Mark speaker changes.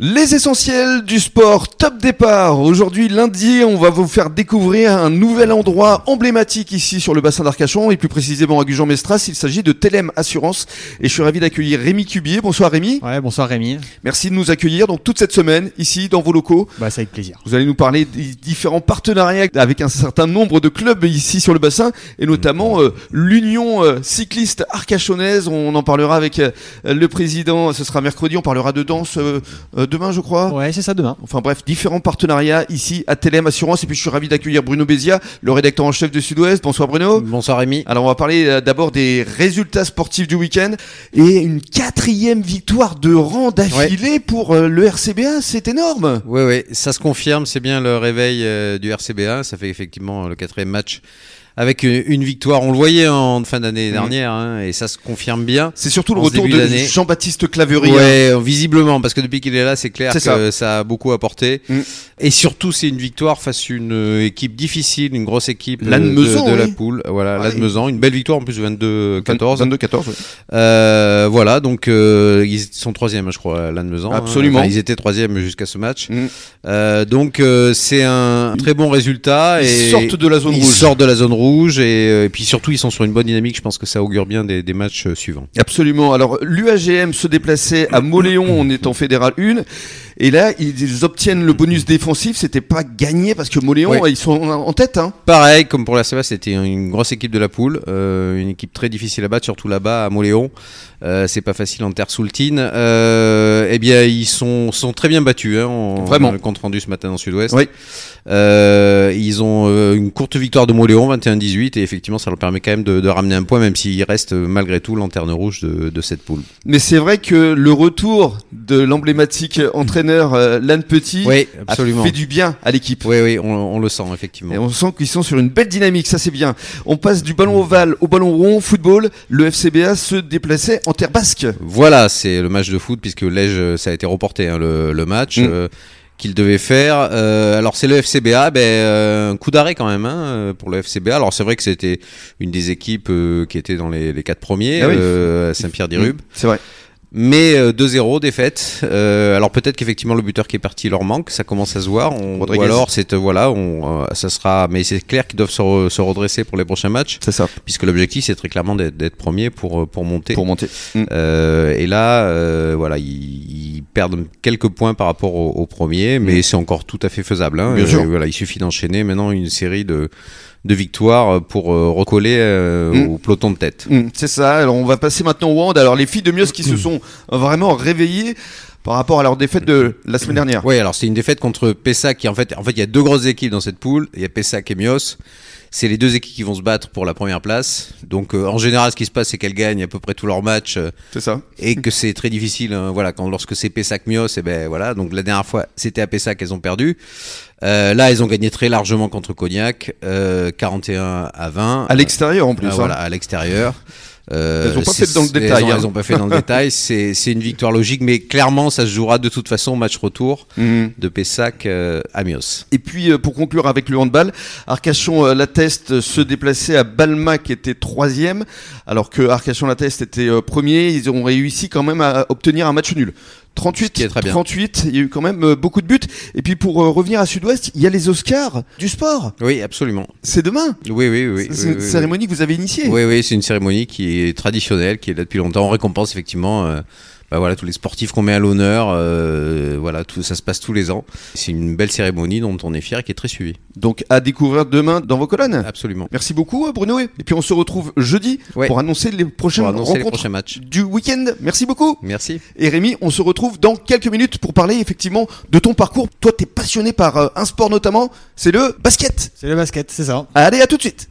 Speaker 1: Les essentiels du sport, top départ. Aujourd'hui, lundi, on va vous faire découvrir un nouvel endroit emblématique ici sur le bassin d'Arcachon et plus précisément à Gujan-Mestras. Il s'agit de Telem Assurance et je suis ravi d'accueillir Rémi Cubier. Bonsoir Rémi.
Speaker 2: Ouais, bonsoir Rémi.
Speaker 1: Merci de nous accueillir donc toute cette semaine ici dans vos locaux.
Speaker 2: Bah, c'est avec plaisir.
Speaker 1: Vous allez nous parler des différents partenariats avec un certain nombre de clubs ici sur le bassin et notamment euh, l'Union euh, cycliste arcachonnaise. On en parlera avec euh, le président. Ce sera mercredi. On parlera de danse euh, euh, demain, je crois.
Speaker 2: Ouais, c'est ça demain.
Speaker 1: Enfin bref, différents partenariats ici à Telem Assurance. Et puis je suis ravi d'accueillir Bruno Bézia, le rédacteur en chef de Sud-Ouest. Bonsoir Bruno.
Speaker 3: Bonsoir Rémi.
Speaker 1: Alors on va parler euh, d'abord des résultats sportifs du week-end et une quatrième victoire de rang d'affilée pour euh, le RCBA, c'est énorme.
Speaker 3: Oui, oui, ça se confirme, c'est bien le réveil euh, du RCBA, ça fait effectivement euh, le quatrième match avec une, une victoire, on le voyait en fin d'année
Speaker 1: Mm.
Speaker 3: dernière, hein, et ça se confirme bien.
Speaker 1: C'est surtout le
Speaker 3: En ce
Speaker 1: retour
Speaker 3: début
Speaker 1: de
Speaker 3: d'année.
Speaker 1: Jean-Baptiste Claverie.
Speaker 3: Ouais, euh, visiblement, parce que depuis qu'il est là, c'est clair
Speaker 1: C'est
Speaker 3: que
Speaker 1: ça.
Speaker 3: ça. a beaucoup apporté.
Speaker 1: Mm.
Speaker 3: Et surtout, c'est une victoire face à une euh, équipe difficile, une grosse équipe euh,
Speaker 1: Lannemezan,
Speaker 3: de, de la
Speaker 1: oui.
Speaker 3: poule. Voilà,
Speaker 1: Ouais.
Speaker 3: Lannemezan, une belle victoire en plus 22-14.
Speaker 1: 22-14. hein. ouais.
Speaker 3: Euh, voilà, donc euh, ils sont troisième, je crois, Lannemezan. hein.
Speaker 1: Absolument.
Speaker 3: Enfin, ils étaient troisième jusqu'à ce match.
Speaker 1: Mm.
Speaker 3: Euh, donc euh, c'est un très bon résultat.
Speaker 1: Ils
Speaker 3: Ah, et
Speaker 1: sortent de la zone
Speaker 3: ils
Speaker 1: rouge.
Speaker 3: sortent de la zone rouge et, euh, et puis surtout ils sont sur une bonne dynamique. Je pense que ça augure bien des, des matchs euh, suivants.
Speaker 1: Absolument. Alors l'UAGM se déplaçait à Moléon, on est en fédéral 1. Et là, ils obtiennent le bonus défensif. C'était pas gagné parce que Moléon,
Speaker 3: Ouais.
Speaker 1: ils sont en- en tête. Hein.
Speaker 3: Pareil, comme pour la Seba, c'était une grosse équipe de la poule, euh, une équipe très difficile à battre, surtout là-bas à Moléon. Euh, c'est pas facile en terre soultine. Euh, eh bien, ils sont, sont très bien battus. Hein, en,
Speaker 1: Vraiment.
Speaker 3: dans Le compte rendu ce matin dans Sud-Ouest.
Speaker 1: Oui.
Speaker 3: Euh, ils ont euh, une courte victoire de Moléon, 21-18, et effectivement, ça leur permet quand même de, de ramener un point, même s'ils restent euh, malgré tout lanterne rouge de, de cette poule.
Speaker 1: Mais c'est vrai que le retour de l'emblématique entraîneur euh, Lannes Petit
Speaker 3: Oui,
Speaker 1: a
Speaker 3: absolument.
Speaker 1: fait du bien à l'équipe.
Speaker 3: Oui, oui, on, on le sent effectivement.
Speaker 1: Et on sent qu'ils sont sur une belle dynamique, ça c'est bien. On passe du ballon ovale au ballon rond, football. Le FCBA se déplaçait en terre basque.
Speaker 3: Voilà, c'est le match de foot puisque Lège, euh, ça a été reporté hein, le, le match
Speaker 1: Mm.
Speaker 3: euh, qu'il devait faire. Euh, alors c'est le FCBA, ben euh, un coup d'arrêt quand même hein, euh, pour le FCBA. Alors c'est vrai que c'était une des équipes euh, qui était dans les, les quatre premiers
Speaker 1: Ah oui.
Speaker 3: euh, à Saint-Pierre-des-Rubes.
Speaker 1: Mm, C'est vrai.
Speaker 3: Mais euh, 2-0 défaite. Euh, alors peut-être qu'effectivement le buteur qui est parti leur manque, ça commence à se voir. On- ou
Speaker 1: Rodriguez.
Speaker 3: alors c'est euh, voilà, on, euh, ça sera. Mais c'est clair qu'ils doivent se, re- se redresser pour les prochains matchs,
Speaker 1: C'est ça,
Speaker 3: puisque l'objectif c'est très clairement d'être d'être premier pour euh, pour monter.
Speaker 1: pour monter.
Speaker 3: Euh, et là, euh, voilà, ils, ils perdent quelques points par rapport au, au premier, mais c'est encore tout à fait faisable. hein.
Speaker 1: Mm. Bien
Speaker 3: Euh,
Speaker 1: sûr.
Speaker 3: Voilà, il suffit d'enchaîner maintenant une série de, de victoires pour euh, recoller euh,
Speaker 1: Mm.
Speaker 3: au peloton de tête.
Speaker 1: Mm, c'est ça. Alors on va passer maintenant au Wand. Alors les filles de Mios qui
Speaker 3: Mm.
Speaker 1: se sont vraiment réveillées par rapport à leur défaite de la semaine dernière.
Speaker 3: Oui, alors c'est une défaite contre Pessac qui en fait, en fait, il y a deux grosses équipes dans cette poule. Il y a Pessac et Mios. C'est les deux équipes qui vont se battre pour la première place. Donc euh, en général, ce qui se passe, c'est qu'elles gagnent à peu près tous leurs matchs. euh,
Speaker 1: C'est ça.
Speaker 3: et que c'est très difficile hein, voilà quand lorsque c'est Pessac Mios et ben voilà donc la dernière fois c'était à Pessac qu'elles ont perdu Euh, là elles ont gagné très largement contre Cognac euh, 41 à 20
Speaker 1: À l'extérieur en plus.
Speaker 3: Euh,
Speaker 1: hein.
Speaker 3: voilà à l'extérieur Euh,
Speaker 1: Elles ont pas
Speaker 3: c'est-
Speaker 1: fait dans le
Speaker 3: elles
Speaker 1: détail,
Speaker 3: ont-
Speaker 1: hein.
Speaker 3: Elles ont pas fait dans le détail. C'est c'est une victoire logique, mais clairement, ça se jouera de toute façon au match retour
Speaker 1: Mm.
Speaker 3: de Pessac euh, à Mios.
Speaker 1: Et puis euh, pour conclure avec le handball, Arcachon euh, Lateste euh, se déplaçait à Balma qui était troisième, alors que Arcachon Lateste était euh, premier. Ils ont réussi quand même à obtenir un match nul. 38,
Speaker 3: qui est très bien.
Speaker 1: 38, il y a eu quand même euh, beaucoup de buts. Et puis pour euh, revenir à Sud-Ouest, il y a les Oscars du sport.
Speaker 3: Oui, absolument.
Speaker 1: C'est demain.
Speaker 3: Oui, oui, oui.
Speaker 1: C'est
Speaker 3: oui,
Speaker 1: une
Speaker 3: oui, oui.
Speaker 1: cérémonie que vous avez initiée.
Speaker 3: Oui, oui, c'est une cérémonie qui est traditionnelle, qui est là depuis longtemps. On récompense effectivement, euh, bah voilà, tous les sportifs qu'on met à l'honneur. euh, voilà, tout, ça se passe tous les ans. C'est une belle cérémonie dont on est fier et qui est très suivie.
Speaker 1: Donc à découvrir demain dans vos colonnes.
Speaker 3: Absolument.
Speaker 1: Merci beaucoup euh, Bruno. Et puis on se retrouve jeudi
Speaker 3: Ouais.
Speaker 1: pour annoncer les prochaines
Speaker 3: Pour annoncer les
Speaker 1: rencontres
Speaker 3: prochains matchs.
Speaker 1: du week-end. Merci beaucoup.
Speaker 3: Merci.
Speaker 1: Et Rémi, on se retrouve dans quelques minutes pour parler effectivement de ton parcours. Toi, t'es passionné par euh, un sport notamment, c'est le basket.
Speaker 2: C'est le basket, c'est ça.
Speaker 1: Allez, à tout de suite.